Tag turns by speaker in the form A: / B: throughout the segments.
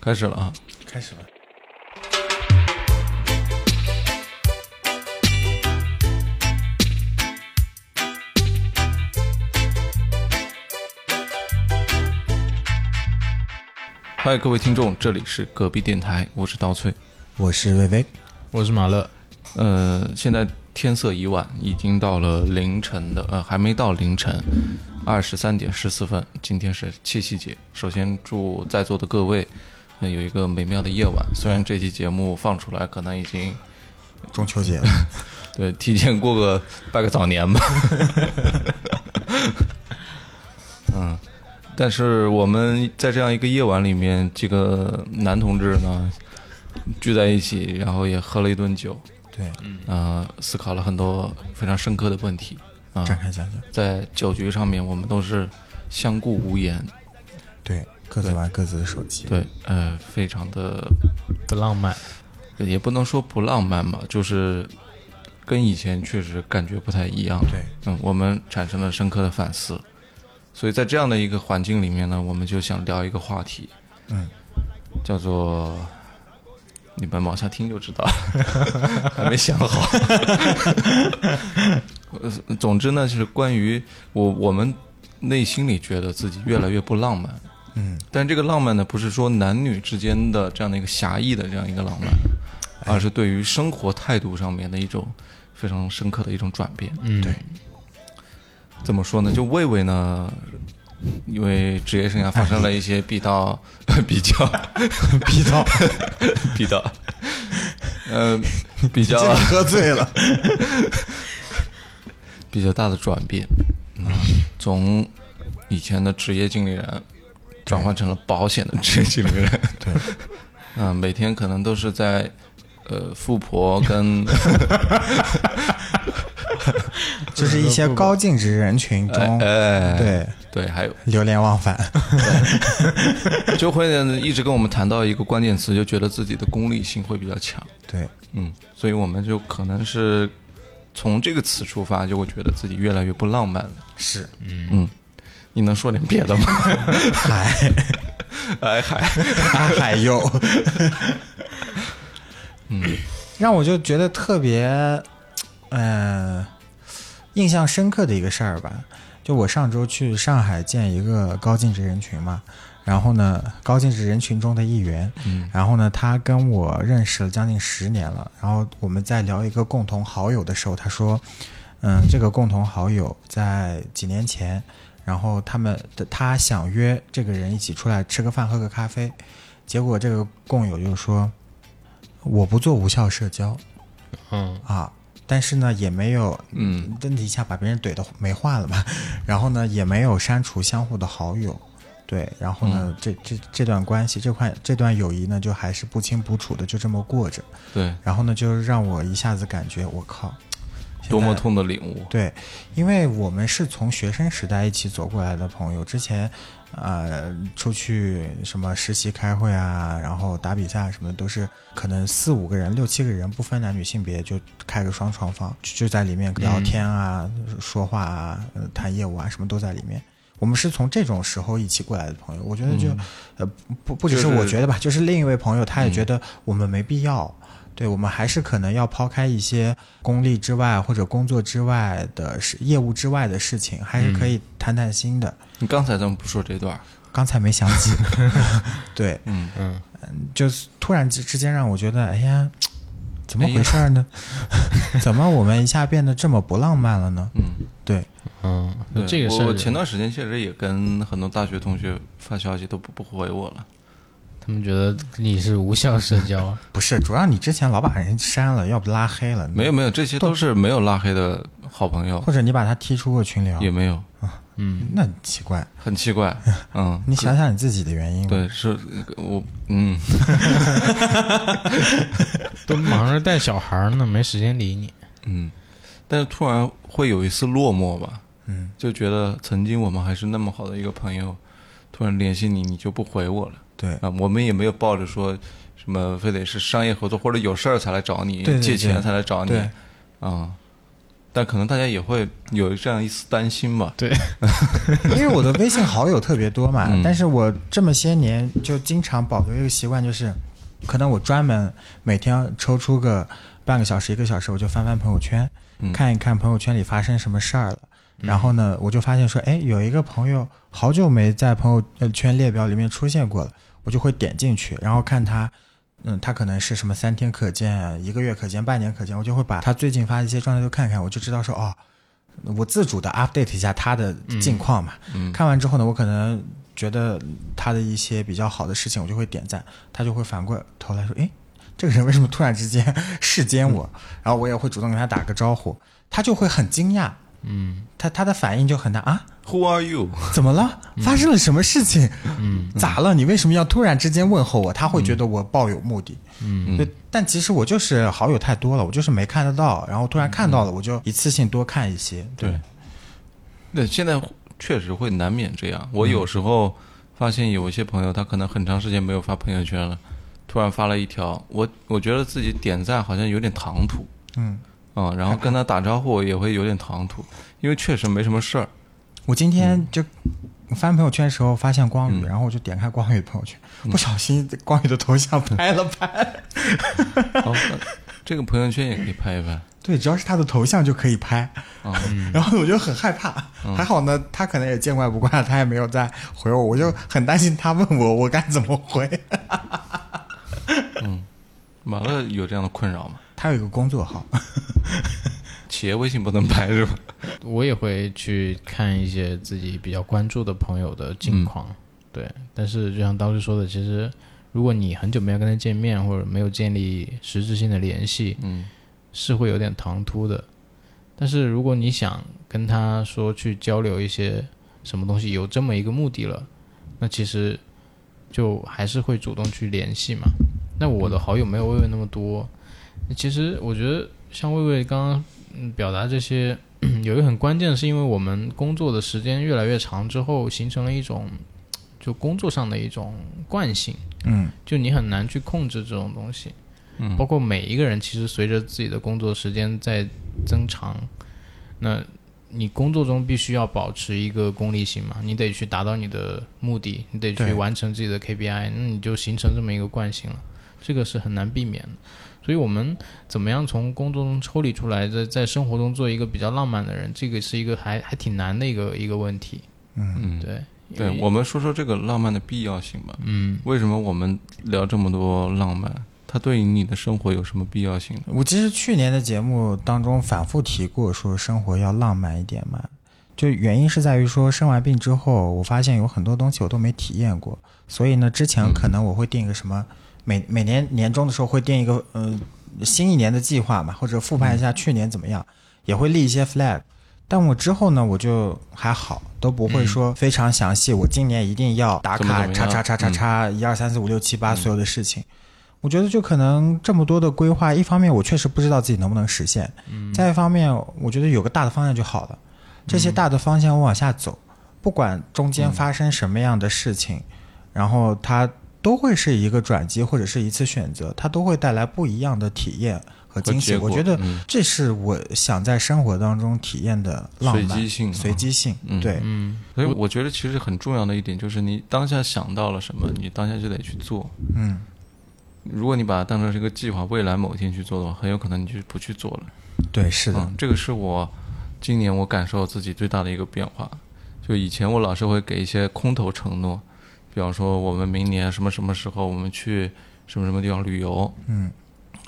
A: 开始了啊！
B: 开始了。
A: 嗨，各位听众，这里是隔壁电台，我是刀翠。
C: 我是薇薇，
B: 我是马乐，
A: 呃，现在天色已晚，已经到了凌晨的，呃，还没到凌晨，二十三点十四分。今天是七夕节，首先祝在座的各位、呃、有一个美妙的夜晚。虽然这期节目放出来，可能已经
C: 中秋节了，
A: 对提前过个拜个早年吧， 嗯，但是我们在这样一个夜晚里面，这个男同志呢聚在一起，然后也喝了一顿酒，
C: 对，
B: 嗯
A: 呃，思考了很多非常深刻的问题啊、
C: 展开讲讲，
A: 在酒局上面，我们都是相顾无言，
C: 对，各自玩各自的手机，
A: 对，呃，非常的
B: 不浪漫，
A: 也不能说不浪漫吧，就是跟以前确实感觉不太一样。
C: 对，
A: 嗯，我们产生了深刻的反思，所以在这样的一个环境里面呢，我们就想聊一个话题，
C: 嗯，
A: 叫做你们往下听就知道 了，还没想好。 呃总之呢，就是关于我我们内心里觉得自己越来越不浪漫，
C: 嗯，
A: 但这个浪漫呢，不是说男女之间的这样的一个狭义的这样一个浪漫，而是对于生活态度上面的一种非常深刻的一种转变。
B: 嗯，
C: 对，
A: 怎么说呢？就魏魏呢，因为职业生涯发生了一些比较 比较
C: 逼到
A: 比较，呃，比较
C: 喝醉 了，
A: 比较大的转变，嗯，从以前的职业经理人转换成了保险的职业经理人，
C: 对，
A: 啊，每天可能都是在呃富婆跟
C: 就是一些高净值人群中，
A: 哎
C: 对，
A: 对，还有
C: 流连忘返，
A: 就会一直跟我们谈到一个关键词，就觉得自己的功利性会比较强，
C: 对，
A: 嗯，所以我们就可能是从这个词出发，就会觉得自己越来越不浪漫了。
C: 是，
A: 嗯，你能说点别的吗？
C: 海，
A: 哎 嗨，
C: 海 又，嗯，
B: 嗯
C: 让我就觉得特别，嗯、印象深刻的一个事儿吧。就我上周去上海见一个高净值人群嘛，然后呢，高净值人群中的一员，
A: 嗯
C: 然后呢，他跟我认识了将近十年了。然后我们在聊一个共同好友的时候，他说：“嗯，这个共同好友在几年前，然后他们的他想约这个人一起出来吃个饭、喝个咖啡，结果这个共友就说我不做无效社交
B: 嗯，
C: 啊，但是呢也没有
A: 嗯，
C: 真的一下把别人怼的没话了嘛，然后呢也没有删除相互的好友，对，然后
A: 嗯
C: 呢、这这这段关系这块这段友谊呢就还是不清不楚的就这么过着，
A: 对，
C: 然后呢就让我一下子感觉我靠，现
A: 多么
C: 在
A: 痛的领悟。
C: 对，因为我们是从学生时代一起走过来的朋友，之前，呃，出去什么实习、开会啊，然后打比赛啊什么的，都是可能四五个人、六七个人，不分男女性别，就开个双床房，就就在里面聊天啊、
A: 嗯
C: 说话啊、呃谈业务啊，什么都在里面。我们是从这种时候一起过来的朋友，我觉得就，呃，不不
A: 嗯
C: 只
A: 就是是
C: 我觉得吧，就是另一位朋友，他
A: 嗯
C: 也觉得我们没必要，对我们还是可能要抛开一些功利之外或者工作之外的事、业务之外的事情，还是可
A: 嗯
C: 以谈谈心的。
A: 你刚才怎么不说这段儿？
C: 刚才没想 起，对，
A: 嗯
B: 嗯，
C: 就是突然之之间让我觉得，哎呀，怎么回事儿呢？
A: 哎
C: 怎么我们一下变得这么不浪漫了呢？
A: 嗯，
C: 对，
B: 嗯，
A: 对
B: 这个事
A: 我我
B: 儿，
A: 前段时间确实也跟很多大学同学发消息都不不回我了。
B: 他们觉得你是无效社交 啊，
C: 不是，主要你之前老把人删了，要不拉黑了，
A: 没有，没有，这些都是没有拉黑的好朋友，
C: 或者你把他踢出过群聊
A: 也，没有，
B: 嗯，
C: 那很奇怪。
A: 很奇 怪。嗯，
C: 你想想你自己的原因吧。
A: 对，是我嗯，
B: 都忙着带小孩儿呢，没时间理你，
A: 嗯，但是突然会有一丝落寞吧，
C: 嗯，
A: 就觉得曾经我们还是那么好的一个朋友，突然联系你，你就不回我了
C: 对，
A: 啊！我们也没有抱着说什么非得是商业合作或者有事儿才来找你，
C: 对对
A: 借钱
C: 对
A: 才来找你
C: 对
A: 啊。但可能大家也会有这样一丝担心吧。
C: 因为我的微信好友特别多嘛，
A: 嗯
C: 但是我这么些年就经常保留一个习惯，就是可能我专门每天抽出个半个小时、一个小时，我就翻翻朋友圈，
A: 嗯
C: 看一看朋友圈里发生什么事儿了。然后呢，我就发现说，哎，有一个朋友好久没在朋友呃圈列表里面出现过了，我就会点进去，然后看他，嗯，他可能是什么三天可见、啊一个月可见、半年可见，我就会把他最近发的一些状态都看看，我就知道说，哦，我自主的 update 一下他的近况嘛。
A: 嗯
C: 看完之后呢，我可能觉得他的一些比较好的事情，我就会点赞，他就会反过头来说：“诶，这个人为什么突然之间视奸我？”
B: 嗯
C: 然后我也会主动跟他打个招呼，他就会很惊讶，
B: 嗯
C: 他他的反应就很大啊，
A: Who are you？
C: 怎么了？发生了什么事情？
B: 嗯
C: 咋了？你为什么要突然之间问候我？他会觉得我抱有目的。
B: 嗯
C: 对，但其实我就是好友太多了，我就是没看得到，然后突然看到
B: 嗯
C: 了，我就一次性多看一些。对，
A: 对那现在确实会难免这样。我有时候发现有一些朋友，他可能很长时间没有发朋友圈了，突然发了一条，我我觉得自己点赞好像有点唐突
C: 嗯，
A: 啊、然后跟他打招呼也会有点唐突， 因为确实没什么事儿。
C: 我今天就翻朋友圈的时候发现光
A: 嗯
C: 宇，然后我就点开光宇的朋友圈，不小心光宇的头像 拍了拍。
A: 哦，那 这个朋友圈也可以拍一拍。
C: 对，只要是他的头像就可以拍，
A: 啊、
C: 然后我就很害怕。还好呢，他可能也见怪不怪，他也没有再回我，我就很担心他问我我该怎么回。
A: 马乐有这样的困扰吗？
C: 他有一个工作号，
A: 企业微信不能拍是吧？
B: 我也会去看一些自己比较关注的朋友的
A: 嗯
B: 近况，对。但是就像当时说的，其实如果你很久没有跟他见面，或者没有建立实质性的联系，
A: 嗯，
B: 是会有点唐突的。但是如果你想跟他说去交流一些什么东西，有这么一个目的了，那其实就还是会主动去联系嘛。那我的好友没有魏魏那么多，其实我觉得像魏魏刚刚嗯表达这些，有一个很关键的是因为我们工作的时间越来越长之后，形成了一种就工作上的一种惯性。
C: 嗯，
B: 就你很难去控制这种东西。
A: 嗯
B: 包括每一个人，其实随着自己的工作时间在增长，那你工作中必须要保持一个功利性嘛，你得去达到你的目的，你得去
C: 对
B: 完成自己的 KPI，那你就形成这么一个惯性了，这个是很难避免的。所以，我们怎么样从工作中抽离出来，在在生活中做一个比较浪漫的人，这个是一个还还挺难的一个一个问题。
A: 嗯，
B: 对，
A: 对，我们说说这个浪漫的必要性吧。
B: 嗯
A: 为什么我们聊这么多浪漫？它对于你的生活有什么必要性呢？
C: 我其实去年的节目当中反复提过，说生活要浪漫一点嘛。就原因是在于说，生完病之后，我发现有很多东西我都没体验过，所以呢，之前可能我会定一个什么，嗯每每年年终的时候会定一个，嗯、新一年的计划嘛，或者复
A: 嗯
C: 盘一下去年怎么样，也会立一些 flag。但我之后呢，我就还好，都不会说非常详细。我今年一定要打
A: 嗯怎么
C: 卡，
A: 怎么
C: 叉
A: 样嗯
C: 叉叉叉叉，一二三四五六七八所有的事情。我觉得就可能这么多的规划，一方面我确实不知道自己能不能实现，
A: 嗯
C: 再一方面我觉得有个大的方向就好了。这些大的方向我往下走，不管中
A: 嗯
C: 间发生什么样的事情，然后它都会是一个转机或者是一次选择，它都会带来不一样的体验和
A: 和
C: 惊喜。
A: 结果
C: 我觉得
A: 嗯
C: 这是我想在生活当中体验的浪漫、
A: 随机性
C: 随机性
A: 嗯
C: 对，
B: 嗯
A: 所以我觉得其实很重要的一点就是，你当下想到了什么，你当下就得去做。
C: 嗯，
A: 如果你把它当成是一个计划，未来某一天去做的话，很有可能你就不去做了。
C: 对，是的，
A: 嗯，这个是我今年我感受自己最大的一个变化。就以前我老是会给一些空头承诺，比方说我们明年什么什么时候我们去什么什么地方旅游，
C: 嗯，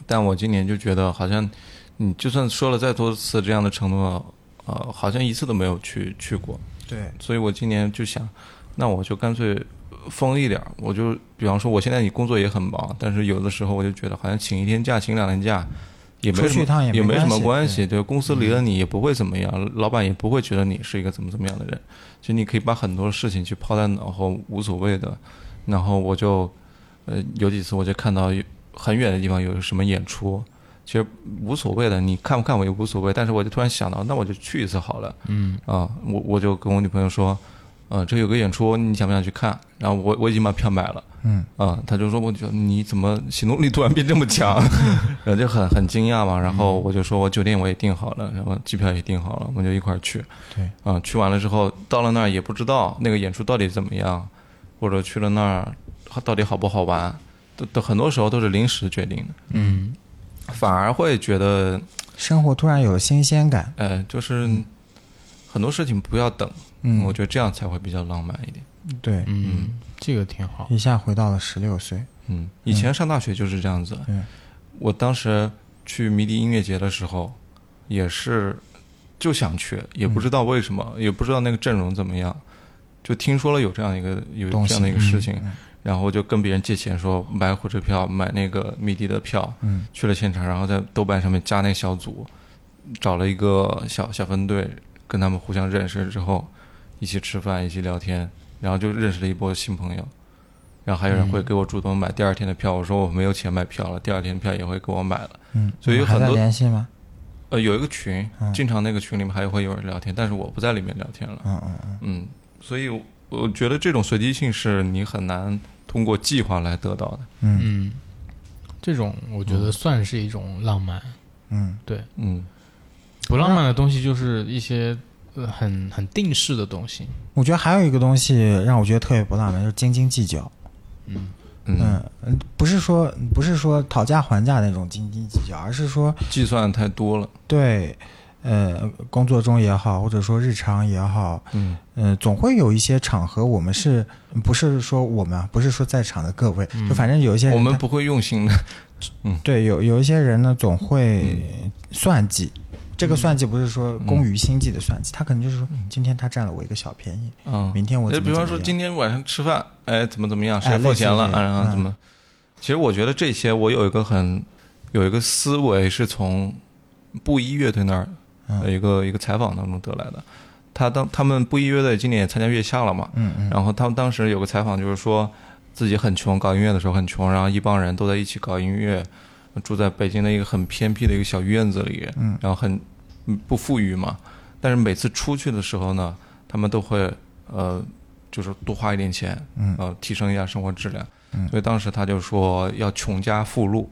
A: 但我今年就觉得好像你就算说了再多次这样的承诺，呃，好像一次都没有去去过。
C: 对，
A: 所以我今年就想，那我就干脆疯一点儿，我就比方说我现在你工作也很忙，但是有的时候我就觉得好像请一天假，请两天假。也没
C: 出
A: 什
C: 去
A: 么
C: 一趟也
A: 也没
C: 没
A: 什么
C: 关
A: 关
C: 系嗯
A: 系，对公司离了你也不会怎么样，老板也不会觉得你是一个怎么怎么样的人，就你可以把很多事情去抛在脑后，无所谓的。然后我就，呃，有几次我就看到有很远的地方有什么演出，其实无所谓的，你看不看我也无所谓。但是我就突然想到，那我就去一次好了。
B: 嗯
A: 啊，我我就跟我女朋友说，呃，这有个演出，你想不想去看？然后我我已经把票买了，
C: 嗯
A: 啊、他就说，我觉得你怎么行动力突然变这么强， 然后就很很惊讶嘛。然后我就说我酒店我也订好了，然后机票也订好了，我们就一块儿去。
C: 对，
A: 啊、去完了之后到了那儿也不知道那个演出到底怎么样，或者去了那儿到底好不好玩，都都很多时候都是临时决定的，
B: 嗯，
A: 反而会觉得，
C: 生活突然有新鲜感。
A: 呃，就是很多事情不要等，
C: 嗯，
A: 我觉得这样才会比较浪漫一点。
C: 对，
B: 嗯，这个挺好。
C: 一下回到了十六岁。
A: 嗯，以前上大学就是这样子。
C: 嗯
A: 我当时去迷笛音乐节的时候，也是就想去，也不知道为什
C: 嗯
A: 么，也不知道那个阵容怎么样，就听说了有这样一个有
C: 东西
A: 这样的一个事情，
C: 嗯
A: 然后就跟别人借钱说买火车票，买那个迷笛的票，
C: 嗯
A: 去了现场，然后在豆瓣上面加那个小组，找了一个小小分队，跟他们互相认识之后，一起吃饭，一起聊天，然后就认识了一波新朋友。然后还有人会给我主动买第二天的票，我说我没有钱买票了，第二天票也会给我买了。
C: 嗯，
A: 所以有
C: 还
A: 很
C: 在
A: 多
C: 联系吗？
A: 呃，有一个群
C: 嗯，
A: 经常那个群里面还会有人聊天，但是我不在里面聊天了。
C: 嗯嗯嗯，
A: 嗯，所以我我觉得这种随机性是你很难通过计划来得到的。
B: 嗯，这种我觉得算是一种浪漫。
C: 嗯，
A: 嗯，
B: 不浪漫的东西就是一些呃很很定式的东西。
C: 我觉得还有一个东西让我觉得特别不浪漫，就是斤斤计较。
B: 嗯
A: 嗯，
C: 嗯，嗯不是说不是说讨价还价那种斤斤计较，而是说
A: 计算太多了。
C: 对，呃，工作中也好，或者说日常也好，
A: 嗯
C: 嗯，总会有一些场合，我们是不是说我们啊不是说在场的各位，
B: 嗯
C: 就反正有一些人
A: 我们
C: 他
A: 不会用心的。
C: 对有有一些人呢，总会
A: 嗯
C: 算计。这个算计不是说工于心计的算计，他可能就是说，今天他占了我一个小便宜，
A: 嗯，
C: 明天我
A: 就
C: 怎么
A: 比
C: 怎
A: 方
C: 么
A: 说
C: 样
A: 今天晚上吃饭，哎，怎么怎么样，
C: 哎
A: 谁付钱了，
C: 类似于这
A: 啊
C: 样嗯
A: 然后怎么？其实我觉得这些，我有一个很有一个思维是从布衣乐队那儿
C: 嗯
A: 有一个一个采访当中得来的。他当他们布衣乐队今年也参加月下了嘛，
C: 嗯嗯，
A: 然后他们当时有个采访，就是说自己很穷，搞音乐的时候很穷，然后一帮人都在一起搞音乐，住在北京的一个很偏僻的一个小院子里，
C: 嗯
A: 然后很嗯不富裕嘛。但是每次出去的时候呢，他们都会呃，就是多花一点钱，
C: 嗯
A: 呃，提升一下生活质量。
C: 嗯
A: 所以当时他就说要穷家富路，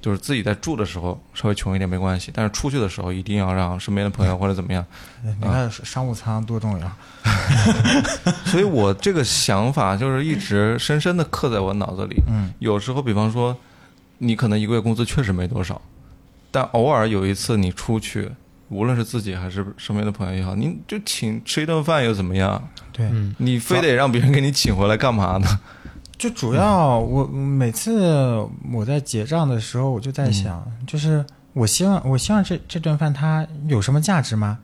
A: 就是自己在住的时候稍微穷一点没关系，但是出去的时候一定要让身边的朋友或者怎么样
C: 你看商务舱多重要，嗯
A: 所以我这个想法就是一直深深的刻在我脑子里。
C: 嗯
A: 有时候，比方说，你可能一个月工资确实没多少，但偶尔有一次你出去，无论是自己还是身边的朋友也好，你就请吃一顿饭又怎么样？
C: 对，
B: 嗯
A: 你非得让别人给你请回来干嘛 呢？
C: 就主要我每次我在结账的时候，我就在想，就是我希望我希望这这顿饭它有什么价值吗？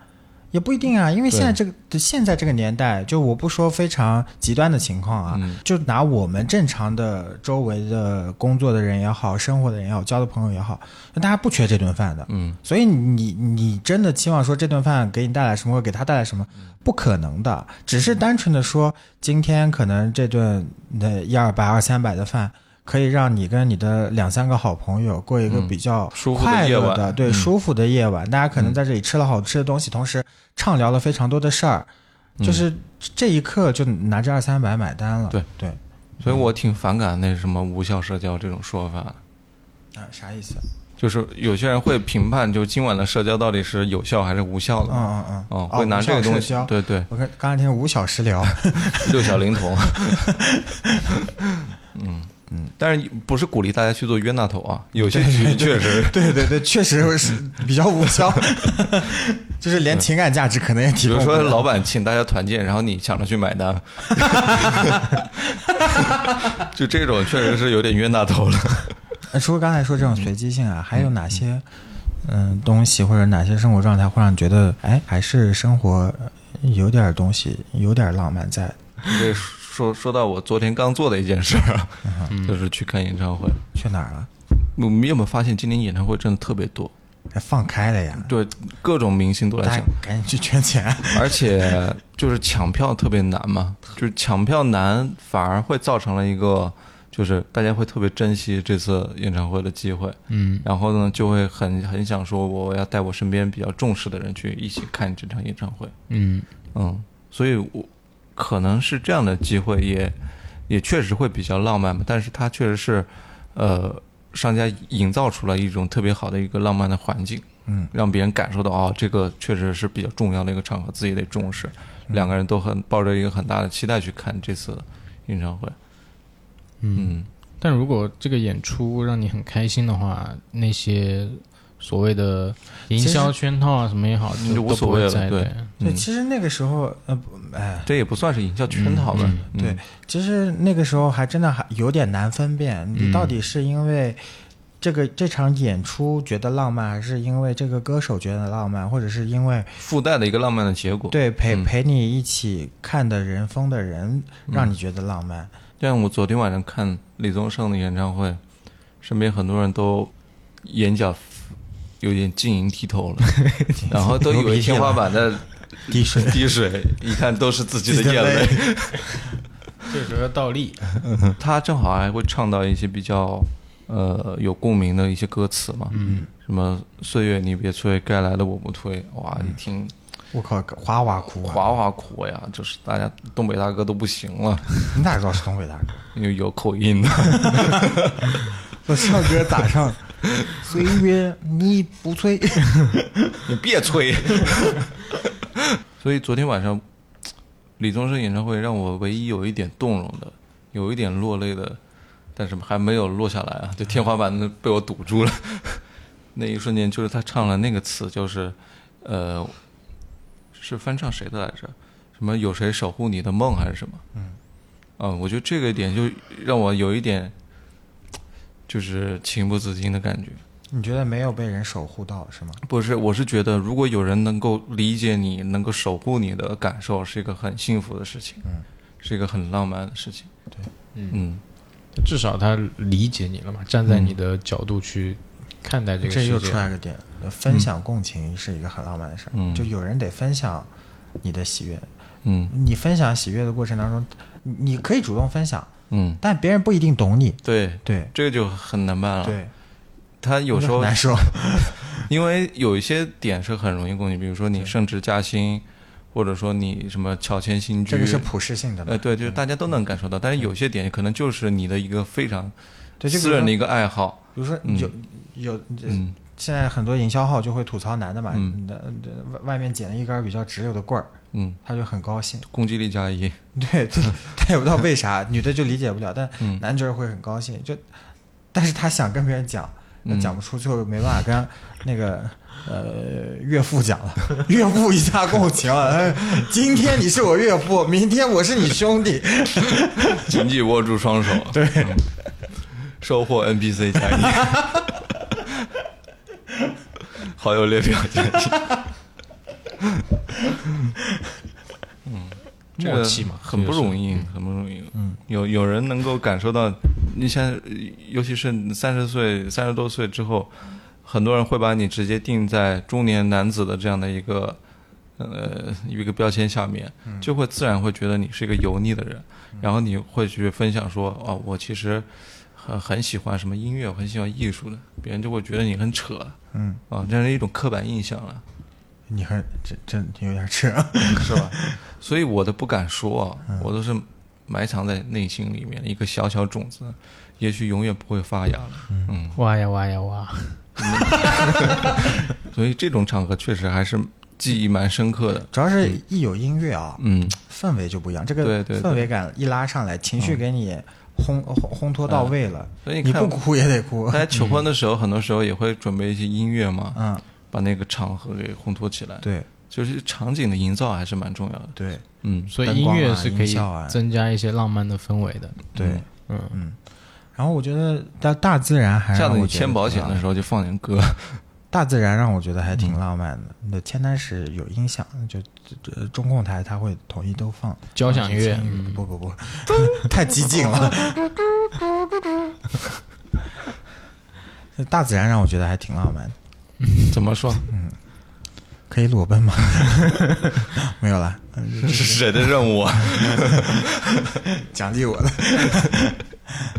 C: 也不一定啊，因为现在这个现在这个年代，就我不说非常极端的情况啊，
A: 嗯
C: 就拿我们正常的周围的工作的人也好，生活的人也好，交的朋友也好，大家不缺这顿饭的。
A: 嗯
C: 所以你你真的期望说这顿饭给你带来什么，或给他带来什么，不可能的。只是单纯的说，今天可能这顿那一二百、二三百的饭，可以让你跟你的两三个好朋友过一个
A: 嗯
C: 比较
A: 舒服的
C: 快
A: 夜
C: 乐
A: 晚
C: 的、对
A: 嗯
C: 舒服的夜晚。大家可能在这里吃了好吃的东西，同时畅聊了非常多的事儿，就是这一刻就拿这二三百买单了。
A: 嗯对
C: 对，
A: 所以我挺反感那什么无效社交这种说法的。
C: 啊，啥意思？
A: 就是有些人会评判，就今晚的社交到底是有效还是无效
C: 嗯
A: 的，
C: 嗯嗯，
A: 哦，会拿这个
C: 无
A: 东
C: 效社
A: 西
C: 交，
A: 对对，
C: 我看刚才听五小时聊，
A: 六小龄童。嗯嗯，但是不是鼓励大家去做冤大头啊？有些局确 实，
C: 对对对，确实是比较无 效，就是连情感价值可能也
A: 比
C: 提供
A: 如
C: 不了。
A: 说老板请大家团建，然后你抢着去买 单，就这种确实是有点冤大头了。
C: 呃，除了刚才说这种随机性啊，还有哪些嗯、东西或者哪些生活状态会让你觉得，哎，还是生活呃有点儿东西，有点儿浪漫在？
A: 这说说到我昨天刚做的一件事儿啊，就
B: 嗯
A: 是去看演唱会。
C: 去哪儿了？
A: 你们有没有发现今年演唱会真的特别多？
C: 哎放开了呀！
A: 对，各种明星都来
C: 大
A: 抢
C: 家。赶紧去圈钱。啊
A: 而且就是抢票特别难嘛，就是抢票难反而会造成了一个，就是大家会特别珍惜这次演唱会的机会，
B: 嗯
A: 然后呢就会很很想说我要带我身边比较重视的人去一起看这场演唱会，
B: 嗯
A: 嗯，所以我可能是这样的机会也也确实会比较浪漫吧，但是它确实是呃商家营造出来一种特别好的一个浪漫的环境，
C: 嗯，
A: 让别人感受到哦，这个确实是比较重要的一个场合，自己得重视。两个人都很抱着一个很大的期待去看这次的演唱会，
B: 嗯，
A: 嗯，
B: 但如果这个演出让你很开心的话，那些所谓的营销圈套啊什么也好，
A: 就
B: 都
A: 无所
B: 不会
A: 谓了
B: 在
A: 对
B: 的
C: 对，
A: 嗯
C: 其实那个时候，呃，不，哎，
A: 这也不算是营销圈套吧
B: 嗯？
A: 嗯
C: 对，其实那个时候还真的还有点难分辨，
B: 嗯
C: 你到底是因为这个这场演出觉得浪漫，还是因为这个歌手觉得浪漫，或者是因为
A: 附带的一个浪漫的结果。
C: 对陪
A: 嗯
C: 陪你一起看的人、疯的人，
B: 嗯
C: 让你觉得浪漫。
A: 像我昨天晚上看李宗盛的演唱会，身边很多人都眼角有点晶莹剔透了，然后都以为天花板在
C: 滴水
A: 滴水，一看都是自己的眼泪。
B: 这首歌倒立，
A: 他正好还会唱到一些比较呃有共鸣的一些歌词嘛，
B: 嗯，
A: 什么岁月你别催，该来的我不推，哇，一听
C: 我靠，哗哗哭啊！
A: 哗哗哭呀，就是大家东北大哥都不行了，
C: 你哪知道是东北大哥？
A: 因为有口音的，
C: 我唱歌咋 唱？岁月你不催，
A: 你别 吹。所以昨天晚上李宗盛演唱会让我唯一有一点动容的，有一点落泪的，但是还没有落下来啊，就天花板被我堵住了。 那一瞬间，就是他唱了那个词，就是呃，是翻唱谁的来着？什么有谁守护你的梦还是什么？嗯，啊，我觉得这个点就让我有一点就是情不自禁的感觉。
C: 你觉得没有被人守护到是吗？
A: 不是，我是觉得，如果有人能够理解你，能够守护你的感受，是一个很幸福的事情，
C: 嗯，
A: 是一个很浪漫的事情，
C: 对，
A: 嗯，
B: 至少他理解你了嘛，站在你的角度去看待这个
C: 嗯这
B: 世界。嗯
C: 又出来个点，分享共情是一个很浪漫的事儿，
A: 嗯
C: 就有人得分享你的喜悦，
A: 嗯，
C: 你分享喜悦的过程当中，你你可以主动分享，
A: 嗯，
C: 但别人不一定懂你，
A: 对，
C: 对
A: 这个就很难办了。，
C: 对，
A: 他啊有时候
C: 难受，
A: 因为有一些点是很容易共情，比如说你升职加薪，或者说你什么乔迁新居，
C: 这个是普适性的嘛
A: 呃，，对，就是大家都能感受到，但是有些点可能就是你的一个非常
C: 对，就比
A: 私
C: 如
A: 人的
C: 说
A: 一个爱好，
C: 比如说
A: 嗯
C: 有有
A: 嗯
C: 现在很多营销号就会吐槽男的嘛，
A: 嗯
C: 你的这外外面剪了一根比较直溜的棍儿，
A: 嗯，
C: 他就很高兴，
A: 攻击力加一，
C: 对， 这他也不知道为啥，女的就理解不了，但
A: 嗯
C: 男主人会很高兴，就，但是他想跟别人讲，那
A: 嗯
C: 讲不出，最后没办法跟那个呃岳父讲了， 岳父一下共情了， 哎今天你是我岳父，明天我是你兄弟，
A: 紧紧握住双手，对，收获 NPC 加一， 好友列表加一，嗯这个
B: 默契嘛，
A: 很不容
B: 易。
A: 易，很不容易。嗯，有有人能够感受到，你像，尤其是三十岁、三十多岁之后，很多人会把你直接定在中年男子的这样的一个。呃，一个标签下面，就会自然会觉得你是一个油腻的人，
C: 嗯
A: 然后你会去分享说，哦，我其实很很喜欢什么音乐，我很喜欢艺术的，别人就会觉得你很扯
C: 嗯，
A: 啊，这是一种刻板印象了，
C: 你很真真有点啊吃，
A: 是 吧？所以我都不敢说啊，
C: 嗯
A: 我都是埋藏在内心里面的一个小小种子，也许永远不会发芽了。嗯，
B: 挖呀挖呀挖，
A: 所以这种场合确实还是记忆蛮深刻的。
C: 主要是一有音乐啊，
A: 嗯，
C: 氛围就不一样，这
A: 对
C: 个
A: 对对
C: 氛围感一拉上来，情绪给你烘烘烘托到位了，
A: 嗯所以
C: 你
A: 你看
C: 不哭也得哭
A: 大，家求婚的时候，很多时候也会准备一些音乐嘛，
C: 嗯，
A: 把那个场合给烘托起来。，
C: 对
A: 就是场景的营造还是蛮重要的。
C: 对
A: 嗯，
B: 所以
C: 灯
B: 音
C: 光啊
B: 乐是可
C: 音
B: 以
C: 效啊
B: 增加一些浪漫的氛围的。
C: 对。
B: 嗯，
C: 嗯，然后我觉得大大自然还
A: 下
C: 让
A: 次
C: 我
A: 你
C: 觉得
A: 签保险
C: 挺浪
A: 的时候就放点 歌。
C: 大自然让我觉得还
B: 嗯
C: 挺浪漫的。那签单是有音响，就呃中控台它会统一都放
B: 交响乐，嗯
C: 嗯不不 不，太激进了。 大自然让我觉得还挺浪漫的，
A: 怎么说？
C: 可以裸奔吗？ 没有啦，
A: 这 是谁的任务 啊？
C: 奖励我的。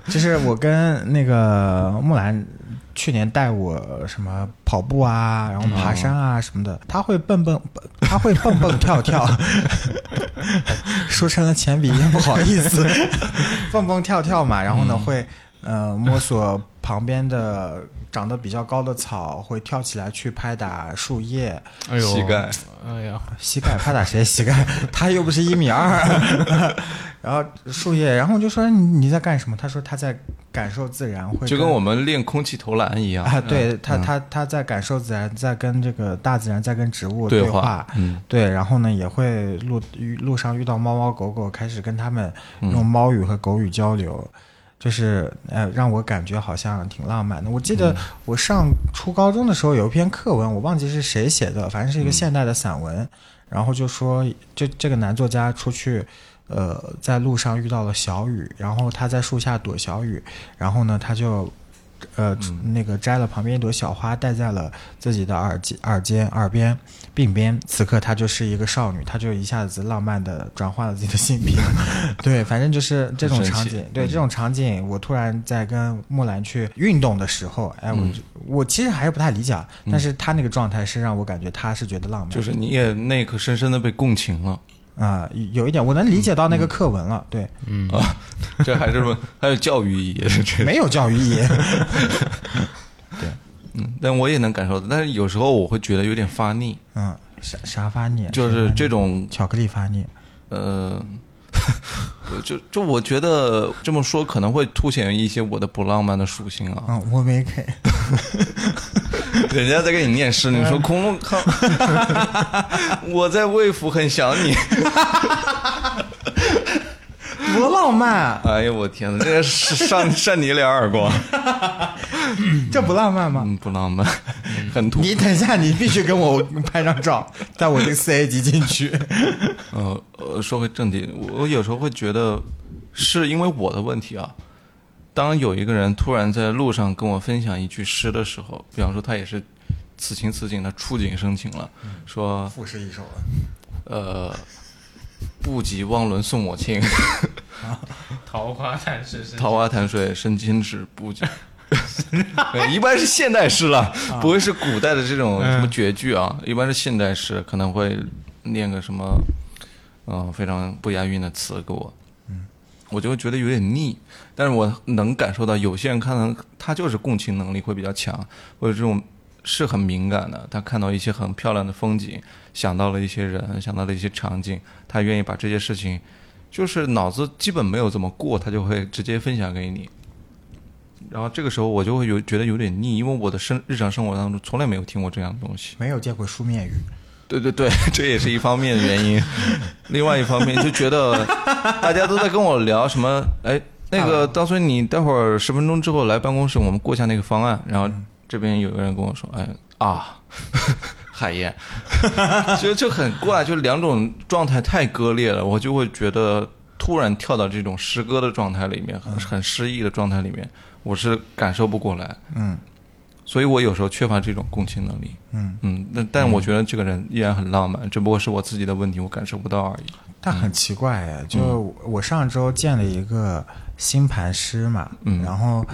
C: 就是我跟那个木兰去年带我什么跑步啊，然后爬山啊什么的，他会蹦蹦，他会蹦蹦跳跳，说成了前鼻音，不好意思，蹦蹦跳跳嘛，然后呢会呃摸索旁边的长得比较高的草，会跳起来去拍打树叶，
B: 哎呦，
A: 膝盖，
B: 哎呀，
C: 膝盖拍打谁膝盖？他又不是一米二。 然后树叶，然后我就说你你在干什么？他说他在感受自然，会
A: 就跟我们练空气投篮一样嗯
C: 啊，对他他他在感受自然，在跟这个大自然，在跟植物
A: 对
C: 话。
A: 话，嗯，
C: 对，然后呢，也会路遇路上遇到猫猫狗狗，开始跟它们
A: 嗯
C: 用猫语和狗语交流，就是呃，让我感觉好像挺浪漫的。我记得我上初高中的时候有一篇课文，我忘记是谁写的，反正是一个现代的散文，然后就说这这个男作家出去。呃，在路上遇到了小雨，然后他在树下躲小雨，然后呢，他就，呃，
A: 嗯
C: 那个摘了旁边一朵小花，戴在了自己的耳机、耳尖、耳边，鬓边。此刻她就是一个少女，她就一下子浪漫的转换了自己的性 别。对，反正就是这种
A: 很神
C: 场
A: 奇
C: 景，对
A: 嗯
C: 这种场景，我突然在跟木兰去运动的时候，哎，我、
A: 嗯
C: 就我其实还是不太理解啊，但是她那个状态是让我感觉她是觉得浪漫，
A: 就是你也那一刻深深的被共情了，
C: 啊、有一点我能理解到那个课文了，对，
B: 嗯，
A: 这还是不还有教育意义，这
C: 没有教育意义。
A: 嗯，但我也能感受到，但是有时候我会觉得有点发腻，
C: 嗯，啥啥发腻？
A: 就是这
C: 种
A: 种
C: 巧克力发腻。
A: 呃， 我就就我觉得这么说可能会凸显一些我的不浪漫的属性啊。
C: 嗯，我没给。
A: 人家在给你念诗，你说空空靠， 我在魏府很想 你。
C: 多浪漫，啊
A: 哎呦我天哪，这个是 扇扇你俩耳光，
C: 这不浪漫吗？
A: 嗯，不浪漫， 很土。
C: 你等一下，你必须跟我 拍张照，在我这个四 A 级进去。
A: 呃呃，说回正题，我我有时候会觉得是因为我的问题啊。当有一个人突然在路上跟我分享一句诗的时候，比方说他也是此情此景，他触景生情了，说
C: 赋诗一首了。
A: 呃，不及汪伦送我情，
B: 桃花潭是是
A: 桃花潭水深千尺，不及。 对一般是现代诗了，不会是古代的这种什么绝句啊，一般是现代诗，可能会念个什么，嗯、非常不押韵的词给我，嗯，我就会觉得有点腻，但是我能感受到有些人看能他就是共情能力会比较强，或者这种是很敏感的，他看到一些很漂亮的风景，想到了一些人，想到了一些场景，他愿意把这些事情，就是脑子基本没有怎么过，他就会直接分享给你。然后这个时候我就会有觉得有点腻，因为我的生日常生活当中从来没有听过这样的东西。
C: 没有见过书面语，
A: 对对 对，这也是一方面的原因。另外一方面就觉得大家都在跟我聊什么，哎，那个到时候你待会儿十分钟之后来办公室，我们过一下那个方案。然后这边有个人跟我说，哎啊， 海燕，就就很怪，就两种状态太割裂了，我就会觉得突然跳到这种诗歌的状态里面，很很诗意的状态里面，我是感受不过来。
C: 嗯
A: 所以我有时候缺乏这种共情能力。
C: 嗯，
A: 嗯，但但我觉得这个人依然很浪漫，只不过是我自己的问题，我感受不到而已。
C: 但很奇怪哎，就我上周见了一个星盘师嘛，
A: 嗯
C: 然后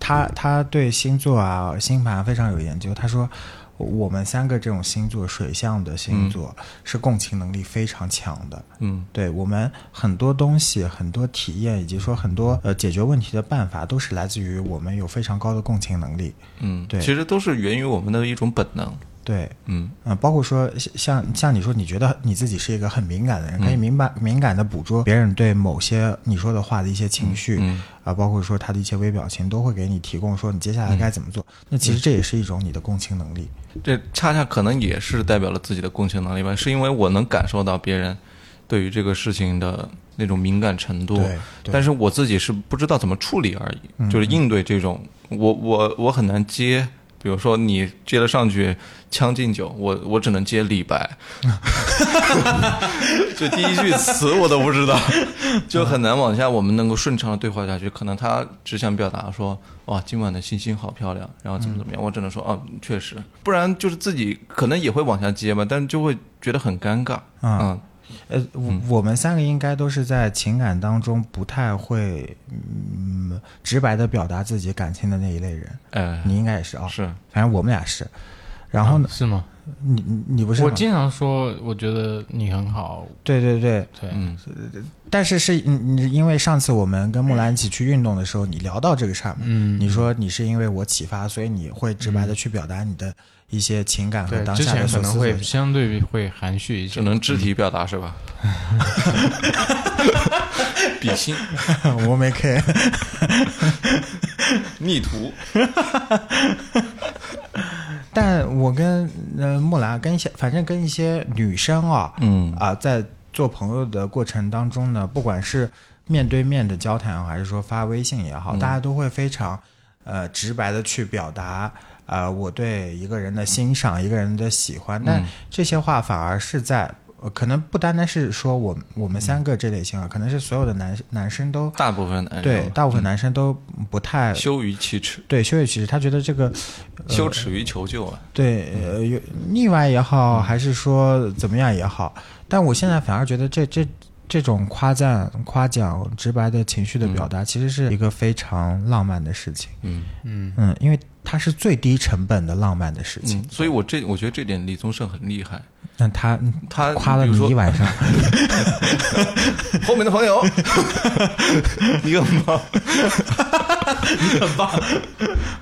C: 他他对星座啊星盘非常有研究，他说。我们三个这种星座，水象的星座、是共情能力非常强的。
A: 嗯
C: 对我们很多东西、很多体验，以及说很多呃解决问题的办法，都是来自于我们有非常高的共情能力。
A: 嗯，
C: 对
A: 其实都是源于我们的一种本能。
C: 对，
A: 嗯，
C: 嗯，包括说像像你说，你觉得你自己是一个很敏感的人，
A: 嗯
C: 可以敏感敏感的捕捉别人对某些你说的话的一些情绪，
A: 嗯
C: 啊，包括说他的一些微表情，都会给你提供说你接下来
A: 嗯
C: 该怎么做。那其实这也是一种你的共情能力。
A: 这恰恰可能也是代表了自己的共情能力吧，是因为我能感受到别人对于这个事情的那种敏感程度，
C: 对，对嗯
A: 但是我自己是不知道怎么处理而已，就是应对这种，我我我很难接。比如说你接了上去《将进酒》，我我只能接李 白，就第一句词我都不知道，就很难往下我们能够顺畅的对话下去。可能他只想表达说，哇，今晚的星星好漂亮，然后怎么怎么样，
C: 嗯
A: 我只能说，哦、确实，不然就是自己可能也会往下接吧，但是就会觉得很尴尬。
C: 嗯
A: 嗯，
C: 呃，我我们三个应该都是在情感当中不太会，嗯，直白的表达自己感情的那一类人。
B: 嗯
A: 哎，
C: 你应该也是啊、
A: 是
C: 反正我们俩是。然后呢，
B: 是吗？
C: 你你你不是
B: 嗯我
C: 吗
B: 经常说，我觉得你很好，
C: 对对对，
B: 对，
A: 嗯
C: 但是是你你因为上次我们跟木兰一起去运动的时候，你聊到这个事儿嘛，
B: 嗯，
C: 你说你是因为我启发，所以你会直白的去表达你的一些情感和
B: 对，
C: 当
B: 之
C: 下
B: 前
C: 的
B: 可
C: 所思
B: 能
C: 所
B: 会
C: 想。
B: 相对会含蓄一些
A: 只，能肢体表达是 吧？比心、
C: 我没 care。
A: 逆徒，
C: 但我跟呃木兰跟一些，反正跟一些女生啊、
A: 嗯
C: 啊，在做朋友的过程当中呢，不管是面对面的交谈，还是说发微信也
A: 嗯
C: 好，大家都会非常呃直白的去表达呃我对一个人的欣赏，一个人的喜欢。
A: 嗯
C: 但这些话反而是在。呃可能不单单是说我们我们三个这类型啊，可能是所有的男男生都
A: 大部分嗯男人嗯
C: 对，大部分男生都不太
A: 羞于启齿，
C: 对羞于启齿，他觉得这个呃
A: 羞耻于求救啊。
C: 对，呃，有腻歪也好，
A: 嗯
C: 还是说怎么样也好，但我现在反而觉得这这这种夸赞、夸奖、直白的情绪的表达，其实是一个非常浪漫的事情。
A: 嗯
B: 嗯，
C: 嗯，因为它是最低成本的浪漫的事情。
A: 嗯，所以我这我觉得这点李宗盛很厉害，
C: 那他
A: 他
C: 夸
A: 嗯
C: 了
A: 呃比如
C: 你
A: 说
C: 一晚 上，
A: 后面的朋友， 你很棒，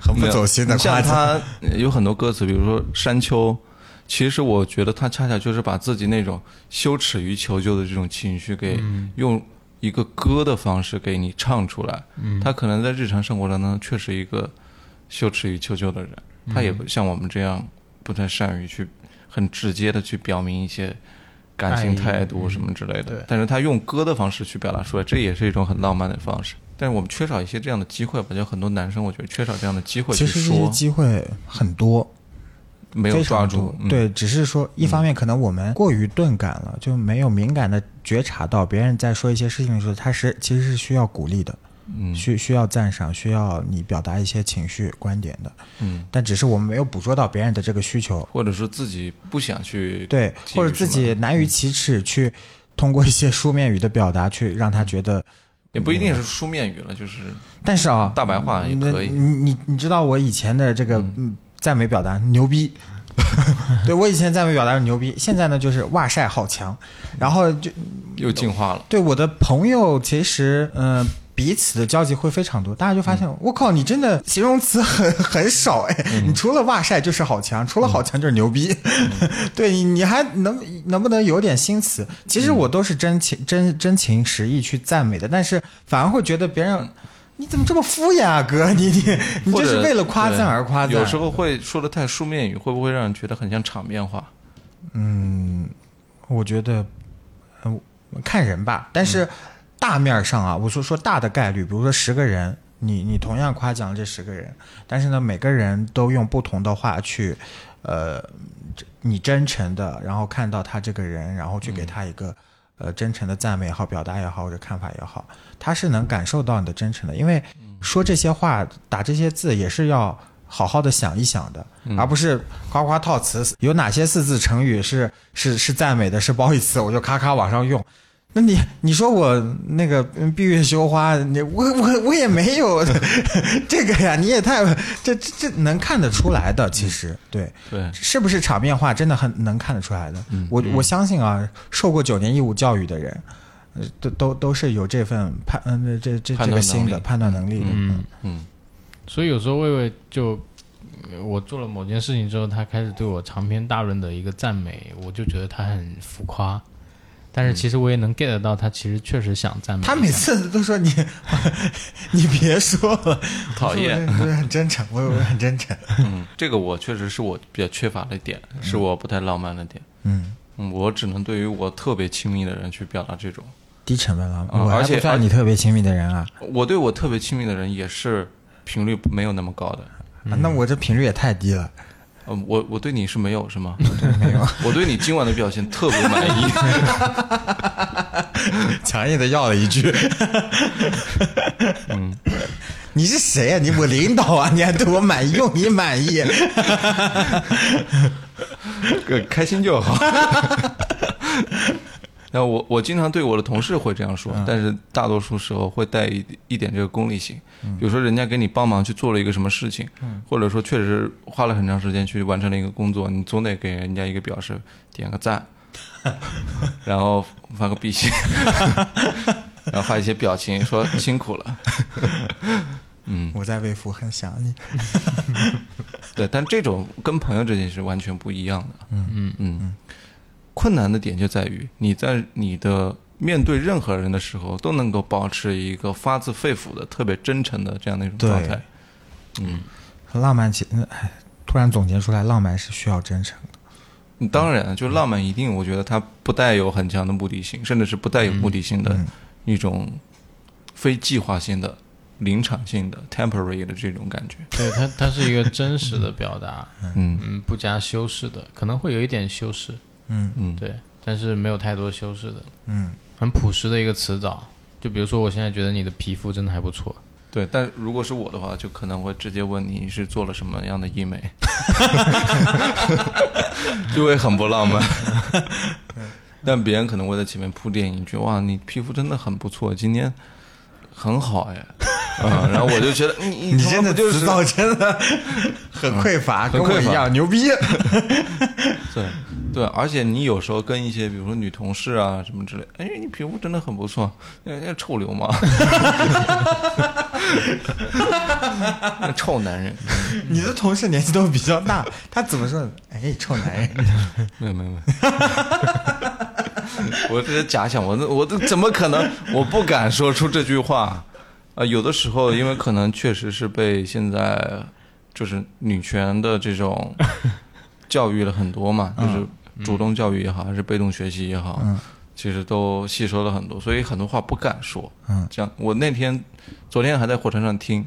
C: 很
A: 没有
C: 心
A: 你像。他呃有很多歌词，比如说《山丘》，其实我觉得他恰恰就是把自己那种羞耻于求救的这种情绪给用一个歌的方式给你唱出来。
C: 嗯
A: 他可能在日常生活当中确实一个羞耻于求救的人，
C: 嗯
A: 他也不像我们这样不太善于去很直接的去表明一些。感
B: 爱
A: 情
B: 意
A: 态
C: 哎
A: 度
C: 嗯
A: 什么之类的
B: 对，
A: 但是他用歌的方式去表达出来，这也是一种很浪漫的方式。但是我们缺少一些这样的机会吧，就很多男生我觉得缺少这样的机会去
C: 其
A: 说。
C: 实这些机会很多，
A: 没有
C: 非
A: 抓
C: 常
A: 住
C: 多，
A: 嗯，
C: 对，只是说一方面可能我们过于钝感了，就没有敏感的觉察到别人在说一些事情的时候，他是其实是需要鼓励的。
A: 嗯
C: 需需要赞赏，需要你表达一些情绪观点的，
A: 嗯，
C: 但只是我们没有捕捉到别人的这个需求，
A: 或者说自己不想去，
C: 对，
A: 给予
C: 或者自己
A: 什
C: 难于启
A: 嗯
C: 齿，去通过一些书面语的表达去让他觉得。
A: 么也不一定是书面语了，就是
C: 但是啊，
A: 嗯大白话也
C: 那
A: 可以
C: 你你你知道我以前的这个嗯赞美表达 牛逼，对我以前赞美表达是牛逼，现在呢就是哇塞好强，然后就
A: 又进化了。
C: 对我的朋友，其实嗯、呃彼此的交集会非常多，大家就发
A: 嗯
C: 现，我靠，你真的形容词很 很少哎，你除了哇塞就是好强，除了
A: 嗯
C: 好强就是牛逼， 对你你还能能不能有点新词？其
A: 嗯
C: 实我都是真情真真情实意去赞美的，但是反而会觉得别人。你怎么这么敷衍啊，哥？ 你你你
A: 或
C: 这
A: 者
C: 是为了夸赞而夸赞？
A: 对有时候会说的太书面语，会不会让人觉得很像场面话？
C: 我觉得，嗯，看人吧。但是大面儿上啊，我说说大的概率，比如说十个人，你你同样夸奖这十个人，但是呢，每个人都用不同的话去，呃，这你真诚的，然后看到他这个人，然后去给他一个。呃，真诚的赞美也好，表达也好，或者看法也好，他是能感受到你的真诚的，因为说这些话、打这些字也是要好好的想一想的，而不是夸夸套词。有哪些四字成语是是是赞美的，是褒义词，我就咔咔往上用。那你你说我那个嗯闭月羞花，你我我我也没有 这个呀，你也太这这这能看得出来的，其实对。
A: 对，
C: 是不是场面化真的很能看得出来的？
A: 嗯
C: 我我相信啊，受过九年义务教育的人，呃都都都是有这份判嗯、这这
A: 判断
C: 这个心
A: 能
C: 的
A: 力
C: 判断能力的。
B: 嗯，
A: 嗯，
B: 所以有时候魏魏就呃我做了某件事情之后，他开始对我长篇大论的一个赞美，我就觉得他很浮夸。但是其实我也能 get 到，他其实确实想赞美
C: 嗯他
B: 一
C: 每
B: 下
C: 次都说你， 你别说了，
A: 讨厌
C: 我我很真诚，我我很真诚。
A: 嗯，这个我确实是我比较缺乏的点，是我不太浪漫的点。
C: 嗯，
A: 嗯，我只能对于我特别亲密的人去表达这种。
C: 低成本了，
A: 嗯
C: 我还
A: 而且
C: 不算你特别亲密的人啊。
A: 我对我特别亲密的人也是频率没有那么高的。
C: 啊那我这频率也太低了，
A: 嗯，我我对你是没有是吗？没有。我对你今晚的表现特别满意。
C: 强硬的要了一 句。
A: 嗯，
C: 你是谁呀、你我领导啊，你还对我满意，用你满意？
A: 呃开心就好。然后我我经常对我的同事会这样说
C: 嗯，
A: 但是大多数时候会带一一点这个功利性。比如说人家给你帮忙去做了一个什么事情，或者说确实花了很长时间去完成了一个工作，你总得给人家一个表示，点个赞，然后发个比心，然后发一些表情说辛苦了。嗯，
C: 我在为父很想你。
A: 对，但这种跟朋友之间是完全不一样的。
B: 嗯，
A: 嗯，困难的点就在于你在你的面对任何人的时候，都能够保持一个发自肺腑的、特别真诚的这样的一种状态。嗯，
C: 浪漫其，哎，突然总结出来，浪漫是需要真诚的。
A: 当然，就浪漫一定，我觉得它不带有很强的目的性，甚至是不带有目的性的
C: 嗯
A: 一种非计划性的、临场性的、temporary 的这种感觉。
B: 对，它它是一个真实的 表达，
A: 嗯
B: 嗯，不加修饰的，可能会有一点修饰，
C: 嗯
A: 嗯，
B: 对，但是没有太多修饰的，
C: 嗯，
B: 很朴实的一个词藻。就比如说，我现在觉得你的皮肤真的还不错，
A: 对。但如果是我的话，就可能会直接问你是做了什么样的医美，就会很不浪漫。但别人可能会在前面铺垫一句：“哇，你皮肤真的很不错，今天很好哎。”啊，然后我就觉得你
C: 你
A: 他妈
C: 现在
A: 不就是
C: 词藻真的 嗯很匮乏，跟我
A: 很匮
C: 一
A: 乏
C: 样牛逼。
A: 对对，而且你有时候跟一些比如说女同事啊什么之类，哎，你皮肤真的很不错，那那臭流氓， 那臭男人，
C: 你的同事年纪都比较 大，他怎么说呢？哎，臭男人，
A: 没有没有没有，我这是假想，我这我这怎么可能？我不敢说出这句话。啊，有的时候因为可能确实是被现在就是女权的这种教育了很多嘛，就是主动教育也好，还是被动学习也好，
C: 嗯
A: 其实都吸收了很多，所以很多话不敢说。
C: 嗯
A: 这样，我那天昨天还在火车上听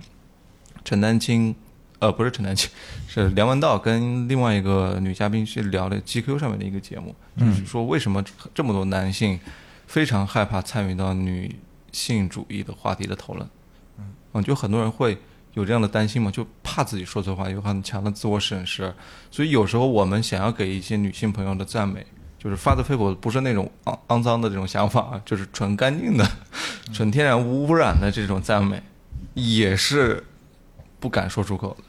A: 陈丹青，呃，不是陈丹青，是梁文道跟另外一个女嘉宾去聊的 GQ 上面的一个节目，就是说为什么这么多男性非常害怕参与到女性主义的话题的讨论。嗯，就很多人会有这样的担心嘛，就怕自己说错话，有很强的自我审视，所以有时候我们想要给一些女性朋友的赞美，就是发自肺腑，不是那种肮肮脏的这种想法啊，就是纯干净的、纯天然无污染的这种赞美，也是不敢说出口的。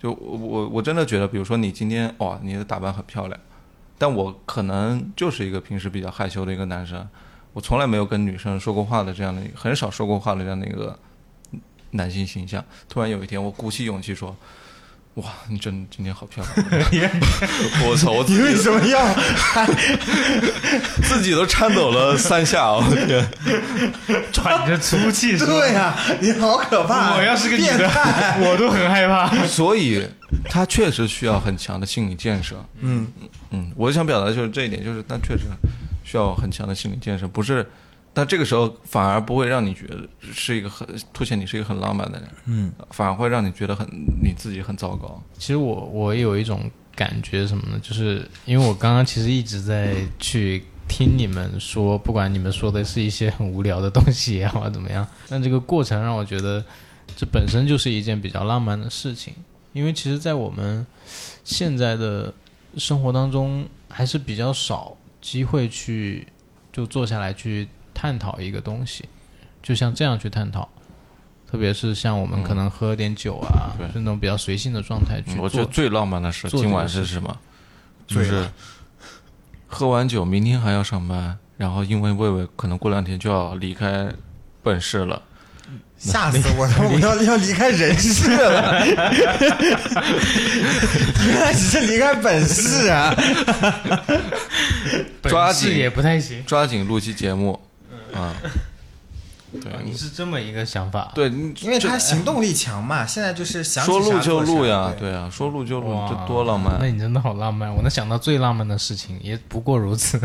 A: 就我我我真的觉得，比如说你今天哇、你的打扮很漂亮，但我可能就是一个平时比较害羞的一个男生，我从来没有跟女生说过话的这样的，很少说过话的这样的一个男性形象。突然有一天，我鼓起勇气说：“哇，你真今天好漂亮！” 我操，我自
C: 你为
A: 己
C: 什么要？
A: 自己都颤抖了三下，我天！
D: 喘着 粗气说
C: 对呀、你好可怕！
D: 我要是个女
C: 变
D: 的
C: 态，
D: 我都很害怕。
A: 所以他确实需要很强的心理建设。
C: 嗯
A: 嗯，我想表达的就是这一点，就是他确实需要很强的心理建设，不是。但这个时候反而不会让你觉得是一个很凸显你是一个很浪漫的人，
C: 嗯
A: 反而会让你觉得很你自己很糟糕。
B: 其实我我有一种感觉什么呢？就是因为我刚刚其实一直在去听你们说，不管你们说的是一些很无聊的东西也好，啊怎么样，但这个过程让我觉得这本身就是一件比较浪漫的事情。因为其实，在我们现在的生活当中，还是比较少机会去就坐下来去探讨一个东西，就像这样去探讨。特别是像我们可能喝点酒啊，
A: 嗯对
B: 就那种比较随性的状态去做。
A: 嗯我觉得最浪漫的事
B: 做
A: 今晚
B: 这个
A: 是
B: 事
A: 什么？就
C: 醉
A: 是
C: 了
A: 喝完酒，明天还要上班，然后因为魏魏可能过两天就要离开本市了，
C: 吓死我了！我要要离开人世了，原来只是离开本市啊！
D: 本
A: 抓
D: 事
A: 紧
D: 也不太行
A: 抓紧录期节目
C: 嗯
A: 啊！对
B: 啊，你是这么一个想法？，
A: 嗯对，你
C: 因为他行动力强嘛，现在就是想起
A: 说录
C: 啥
A: 就
C: 做啥
A: 录呀，
C: 对，
A: 对啊，说录就录，
B: 哇，
A: 这多浪
B: 那
A: 漫！啊
B: 你真的好浪漫，我能想到最浪漫的事情也不过如此。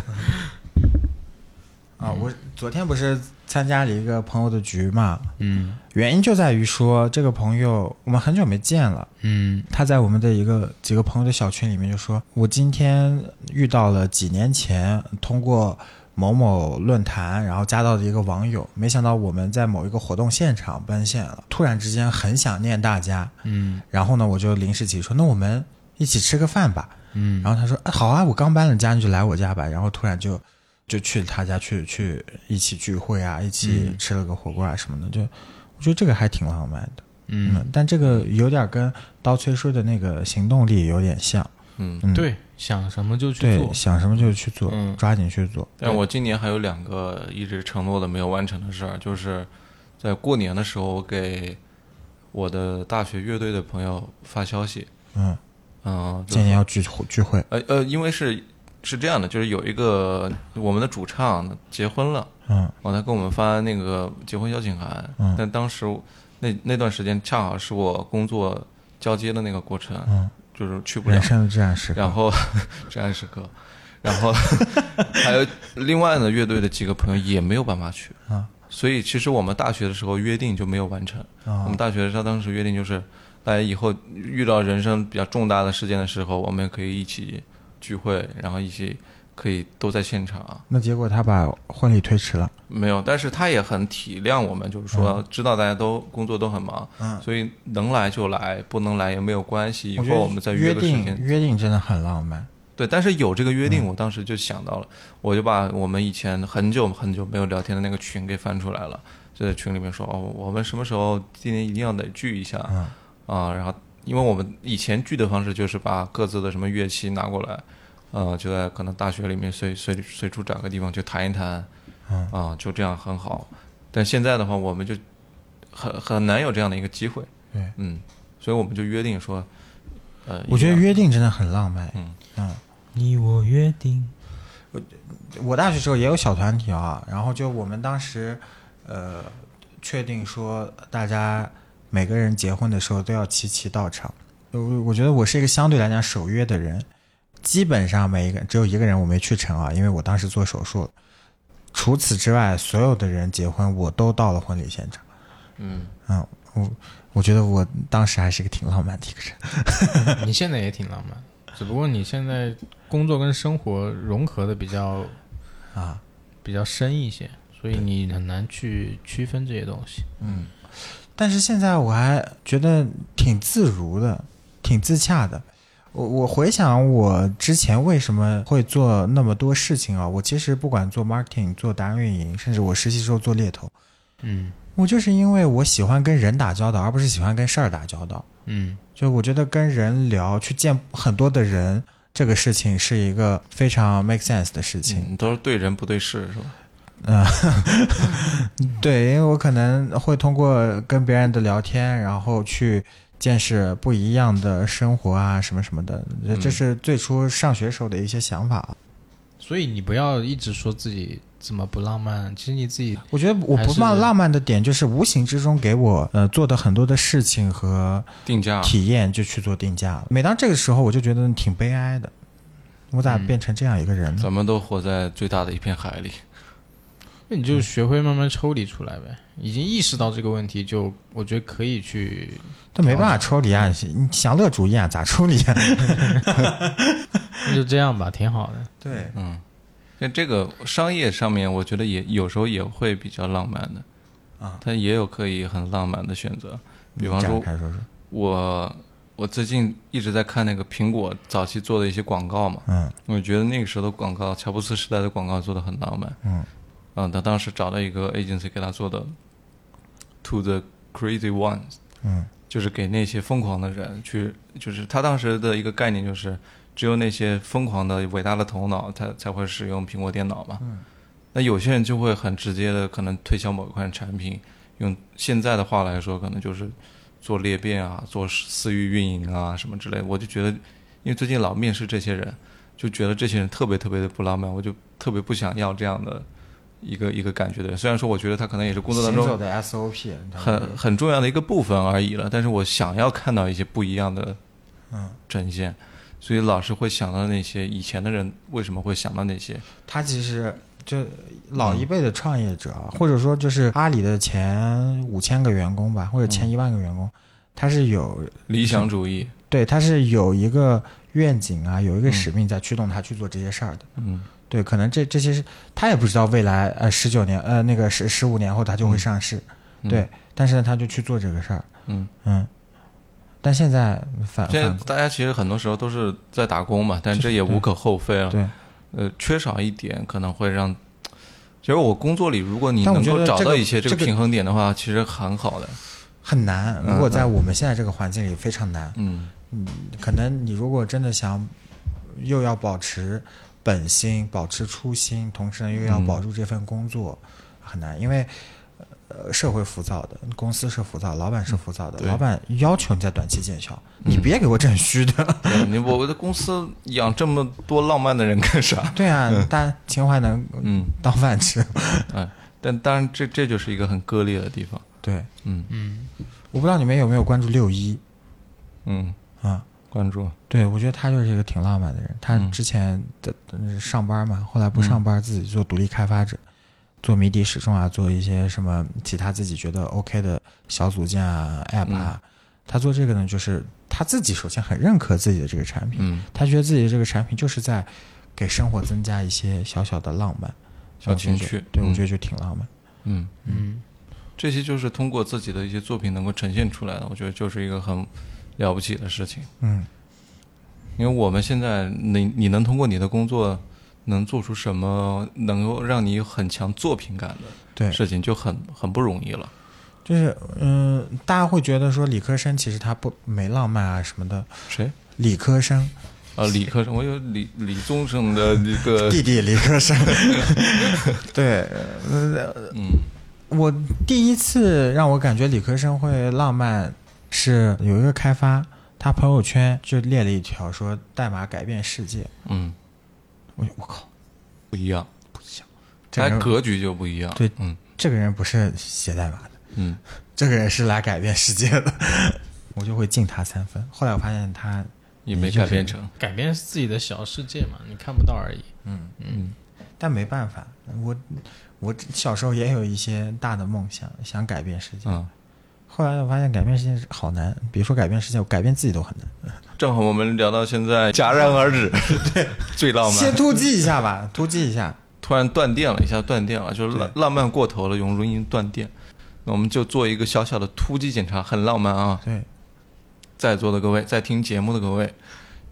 C: 啊，我昨天不是参加了一个朋友的局嘛，
B: 嗯
C: 原因就在于说这个朋友我们很久没见了，
B: 嗯
C: 他在我们的一个几个朋友的小群里面就说，我今天遇到了几年前通过某某论坛然后加到的一个网友，没想到我们在某一个活动现场奔现了，突然之间很想念大家，
B: 嗯
C: 然后呢我就临时起说，那我们一起吃个饭吧，
B: 嗯
C: 然后他说、啊、好啊，我刚搬了家，你就来我家吧。然后突然就就去他家去去一起聚会啊，一
B: 嗯
C: 起吃了个火锅啊什么的，就我觉得这个还挺浪漫的。
B: 嗯，，
C: 但这个有点跟刀崔说的那个行动力有点像。
A: 嗯，
C: 嗯，
B: 对，想什么就去
C: 对，
B: 做，
C: 想什么就去做，
B: 嗯
C: 抓紧去做。
A: 但我今年还有两个一直承诺的没有完成的事儿，就是在过年的时候，我给我的大学乐队的朋友发消息，
C: 嗯，
A: 嗯、就
C: 今年要聚会聚会，
A: 呃呃，因为是是这样的，就是有一个我们的主唱结婚了，
C: 嗯
A: 然后他给我们发那个结婚邀请函，
C: 嗯
A: 但当时那那段时间恰好是我工作交接的那个过程，
C: 嗯，
A: 就是去不了
C: 人，生的至暗时刻
A: 然。后 至暗时刻，然后 还有另外的乐队的几个朋友也没有办法去
C: 啊，
A: 所以其实我们大学的时候约定就没有完成。我
C: 啊
A: 们大学的时候当时约定就是，大家以后遇到人生比较重大的事件的时候，我们可以一起聚会，然后一起可以都在现场。
C: 那结果他把婚礼推迟了。
A: 没有，但是他也很体谅我们，就是说知道大家都工作都很忙，
C: 嗯
A: 所以能来就来，不能来也没有关系。以
C: 我觉得
A: 后我们再
C: 约
A: 个时
C: 定
A: 间，
C: 约定真的很浪漫。
A: 对，但是有这个约
C: 嗯
A: 定，我当时就想到了，我就把我们以前很久很久没有聊天的那个群给翻出来了，就在群里面说，哦，我们什么时候今年一定要得聚一下
C: 嗯
A: 啊、然后，因为我们以前聚的方式就是把各自的什么乐器拿过来，呃，就在可能大学里面随随随处找个地方去弹一弹，
C: 嗯
A: 啊、就这样很好。但现在的话，我们就很很难有这样的一个机会，
C: 对，
A: 嗯，所以我们就约定说，呃，
C: 我觉得
A: 一定要
C: 约定真的很浪漫。
A: 嗯
C: 嗯，
B: 你我约定，
C: 我大学时候也有小团体啊，然后就我们当时，呃，确定说大家每个人结婚的时候都要齐齐到场。我我觉得我是一个相对来讲守约的人，基本上每一个只有一个人我没去成啊，因为我当时做手术。除此之外，所有的人结婚我都到了婚礼现场。
A: 嗯。
C: 嗯，我我觉得我当时还是个挺浪漫的一个人。
B: 你现在也挺浪漫，只不过你现在工作跟生活融合的比较
C: 啊，
B: 比较深一些，所以你很难去区分这些东西。
C: 嗯，但是现在我还觉得挺自如的，挺自洽的。我我回想我之前为什么会做那么多事情啊？我其实不管做 marketing、做达人运营，甚至我实习时候做猎头，
B: 嗯
C: 我就是因为我喜欢跟人打交道，而不是喜欢跟事儿打交道。
B: 嗯
C: 就我觉得跟人聊，去见很多的人，这个事情是一个非常 make sense 的事情。
A: 嗯，都是对人不对事，是吧？
C: 对，因为我可能会通过跟别人的聊天，然后去见识不一样的生活啊，什么什么的。这这
A: 嗯
C: 是最初上学时候的一些想法。，
B: 所以你不要一直说自己怎么不浪漫，其实你自己
C: 我觉得我
B: 还
C: 不
B: 是
C: 浪浪漫的点，就是无形之中给我呃做的很多的事情和
A: 定价，
C: 体验就去做定价了。每当这个时候，我就觉得挺悲哀的，我咋
B: 嗯
C: 变成这样一个人呢？
A: 咱们都活在最大的一片海里。
B: 那你就学会慢慢抽离出来呗。已经意识到这个问题，就我觉得可以去，
C: 这没办法抽离啊！
A: 嗯
C: 你享乐主义啊，咋抽离啊？
B: 那就这样吧，挺好的。
C: 对，
A: 嗯，那这个商业上面，我觉得也有时候也会比较浪漫的
C: 啊，
A: 它也有可以很浪漫的选择。比方
C: 展
A: 说，
C: 开说说，
A: 我我最近一直在看那个苹果早期做的一些广告嘛，
C: 嗯
A: 我觉得那个时候的广告，乔布斯时代的广告做的很浪漫。
C: 嗯
A: 嗯，他当时找到一个 agency 给他做的 To the Crazy Ones。
C: 嗯
A: 就是给那些疯狂的人去，就是他当时的一个概念就是，只有那些疯狂的伟大的头脑才才会使用苹果电脑嘛。
C: 嗯
A: 那有些人就会很直接的可能推销某一款产品，用现在的话来说，可能就是做裂变啊，做私域运营啊什么之类的。我就觉得，因为最近老面试这些人，就觉得这些人特别特别的不浪漫，我就特别不想要这样的一个一个感觉的人。虽然说我觉得他可能也是工作当中
C: 行走的 SOP，你知道吗
A: 很很重要的一个部分而已了。但是我想要看到一些不一样的
C: 嗯。
A: 呈现，所以老是会想到那些以前的人为什么会想到那些，
C: 他其实就
A: 嗯
C: 老一辈的创业者，啊或者说就是阿里的前五千个员工吧，或者
A: 嗯
C: 前一万个员工，他是有
A: 理想主义，
C: 对，他是有一个愿景啊，有一个
A: 嗯
C: 使命在驱动他去做这些事儿的。
A: 嗯，
C: 对，可能这这些是他也不知道未来呃十九年呃那个十十五年后他就会上市，
A: 嗯
C: 对，，但是呢他就去做这个事儿，
A: 嗯，
C: 嗯。但现在反
A: 现在
C: 反
A: 大家其实很多时候都是在打工嘛，但这也无可厚非了。
C: 对，
A: 呃，缺少一点可能会让。其实我工作里，如果你
C: 但我
A: 能
C: 觉
A: 够
C: 得
A: 找
C: 这
A: 到
C: 个
A: 一些这
C: 这
A: 个
C: 个
A: 平衡点的话，其实很好的。
C: 很难。如果在我们现在这个环境里，非常难。
A: 嗯
C: 可能你如果真的想，又要保持本心，保持初心，同时呢又要
A: 嗯
C: 保住这份工作，很难，因为。呃，社会浮躁的，公司是浮躁，老板是浮躁
A: 嗯
C: 的，
A: 对
C: 老板要求你在短期见效，
A: 嗯
C: 你别给我整 虚的。
A: 对你我的公司养这么多浪漫的人干啥？
C: 对啊，大家情怀能
A: 嗯，
C: 当饭吃。
A: 哎，但当然这这就是一个很割裂的地方。
C: 对，
A: 嗯
B: 嗯，
C: 我不知道你们有没有关注六一
A: 嗯，
C: 啊？
A: 关注
C: 对，我觉得他就是一个挺浪漫的人。他
A: 嗯
C: 之前的、呃上班嘛，后来不上班，自己做独立开发者，做迷笛时钟啊，做一些什么其他自己觉得 OK 的小组件啊、App 啊。
A: 嗯
C: 他做这个呢，就是他自己首先很认可自己的这个产品，
A: 嗯，
C: 他觉得自己的这个产品就是在给生活增加一些小小的浪漫、
A: 小
C: 我觉得
A: 情趣
C: 对，我
A: 嗯
C: 觉得就挺浪漫。
A: 嗯，
B: 嗯，
A: 这些就是通过自己的一些作品能够呈现出来的，我觉得就是一个很了不起的事情。
C: 嗯，
A: 因为我们现在，你你能通过你的工作能做出什么能够让你有很强作品感
C: 对
A: 的，事情，就很很不容易了。
C: 就是嗯、大家会觉得说理科生其实他不没浪漫啊什么的，
A: 谁？
C: 理科生
A: 啊，理科生，我有理理综生的一 个，
C: 弟弟理科生，对，呃
A: 嗯
C: 我第一次让我感觉理科生会浪漫是有一个开发，他朋友圈就列了一条说代码改变世界，
A: 嗯，
C: 我我靠，
A: 不一样，
C: 这
A: 它
C: 个人
A: 格局就不一样。
C: 对
A: 嗯
C: 这个人不是写代码的，
A: 嗯，
C: 这个人是来改变世界的， 我就会敬他三分。后来我发现他
A: 也没
C: 就是
A: 改变成。
B: 改变是自己的小世界嘛，你看不到而已。
C: 但没办法，我我小时候也有一些大的梦想，想改变世界。
A: 嗯，
C: 后来我发现改变世界是好难，别说改变世界，我改变自己都很难。
A: 正好我们聊到现在戛然而 止，最浪
C: 先
A: 漫。
C: 突击一 下吧，突击一下。
A: 突然断电了一下，断电了，就是浪浪漫过头了，用录音断电。那我们就做一个小小的突击检查，很浪漫啊！
C: 对，
A: 在座的各位，在听节目的各位，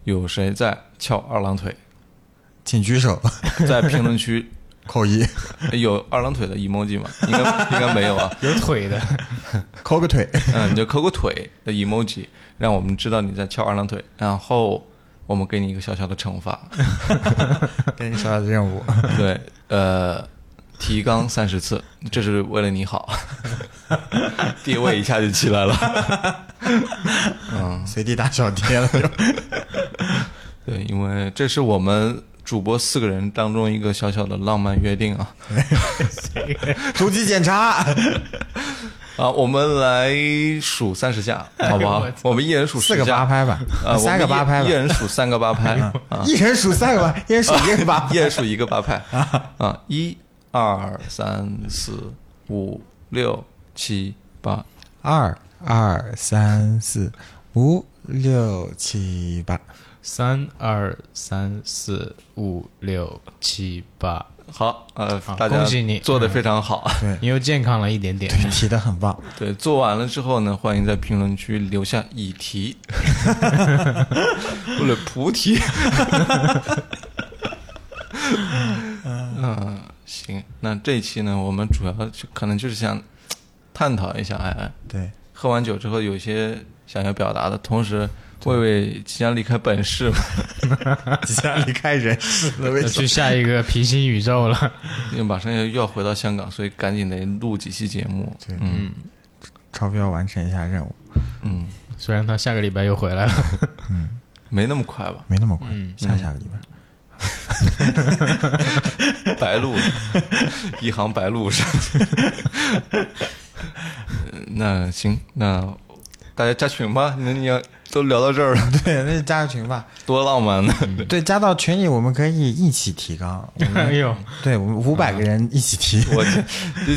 A: 有谁在翘二郎腿？
C: 请举手，
A: 在评论区哎
C: 扣一，
A: 有二郎腿的 emoji 吗？应该应该没有啊。
B: 有腿的，
C: 扣个腿。
A: 嗯，你就扣个腿的 emoji，让我们知道你在翘二郎腿，然后我们给你一个小小的惩罚。
C: 给你小小的任务，
A: 对， 呃，提纲三十次，这是为了你好， 地位一下就起来了。嗯
C: 随地大小贴 了就。
A: 对，因为这是我们主播四个人当中一个小小的浪漫约定啊。
C: 突击检查，
A: 啊，我们来数三十下，好 不好
B: 哎呦我？
A: 我们一人数
C: 四
A: 十
C: 个八
A: 下，
C: 拍吧，
A: 啊，我
C: 三
A: 们
C: 个
A: 一
C: 八拍
A: 一
C: 吧，
A: 人数三个八 拍啊，
C: 一人数三个吧，一人数一个 八
A: 一
C: 拍。
A: 人数一个八拍啊，一、二、三、四、五、六、七、八，
C: 二二三四五六七八，
B: 三二三四五六七八，
A: 好，呃
B: 好，
A: 大家
B: 恭喜你
A: 做的非常好。
C: 对
B: 你又健康了一点点。
C: 对，提的很棒。
A: 对，做完了之后呢，欢迎在评论区留下议题，或者菩提。嗯，行，那这一期呢，我们主要就可能就是想探讨一下，哎哎，
C: 对，
A: 喝完酒之后有一些想要表达的，同时魏魏即将离开本市嘛，
C: 即将离开人世了，为
B: 要去下一个平行宇宙了。
A: 因为马上要又要回到香港，所以赶紧得录几期节目。
C: 对
A: 嗯
C: 超标完成一下任务，
A: 嗯，
B: 虽然他下个礼拜又回来了，
A: 没那么快吧？
C: 没那么快，
B: 嗯
C: 下下个礼拜。
A: 白鹭，一行白鹭上 去。呃那行，那大家加群吧。那你要都聊到这儿了，
C: 对，那就加个群吧。
A: 多浪漫呢！
C: 嗯对，加到群里，我们可以一起提纲。我们
B: 哎呦，
C: 对，我们五百个人一起提，
A: 我这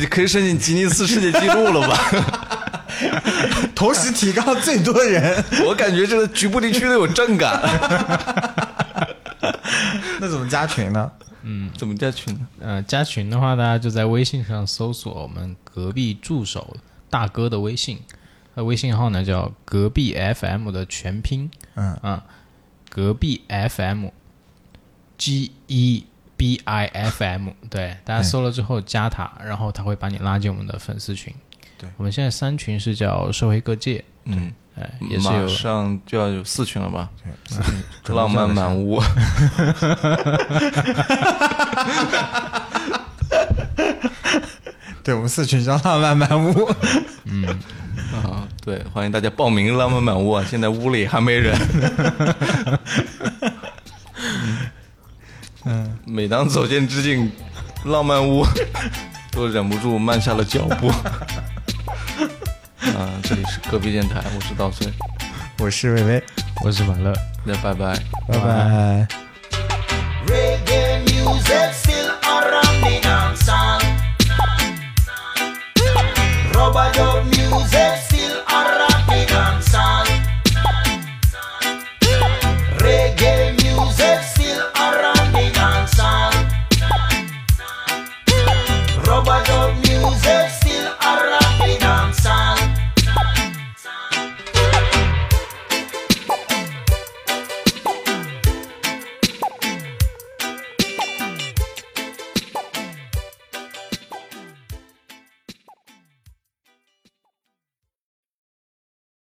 A: 这可以申请吉尼斯世界纪录了吧？
C: 同时提高最多人，
A: 我感觉这个局部地区都有震感。
C: 那怎么加群呢？
A: 怎么加群呢？
B: 呃，加群的话，大家就在微信上搜索我们隔壁助手大哥的微信，那微信号呢叫隔壁 FM 的全拼
C: 嗯
B: 啊，隔壁 FM G E B I F M，对，大家搜了之后加他，
A: 嗯
B: 然后他会把你拉进我们的粉丝群。
C: 对，
B: 我们现在三群是叫社会各界，
A: 嗯，
B: 哎，也是
A: 马
B: 有
A: 上就要有四群了吧？
C: 对，四群准备
A: 浪漫
C: 做的事
A: 满屋，
C: 对我们四群叫浪漫满屋，
A: 啊，对，欢迎大家报名浪漫满屋啊！现在屋里还没人。嗯， 每当走进致敬浪漫屋，都忍不住慢下了脚步。 啊，这里是隔壁电台，我是稻穗，
C: 我是薇薇，
B: 我是马乐。
A: 那拜拜。
C: 拜拜。
E: Reggae music still around the dance hall. Rubber dub music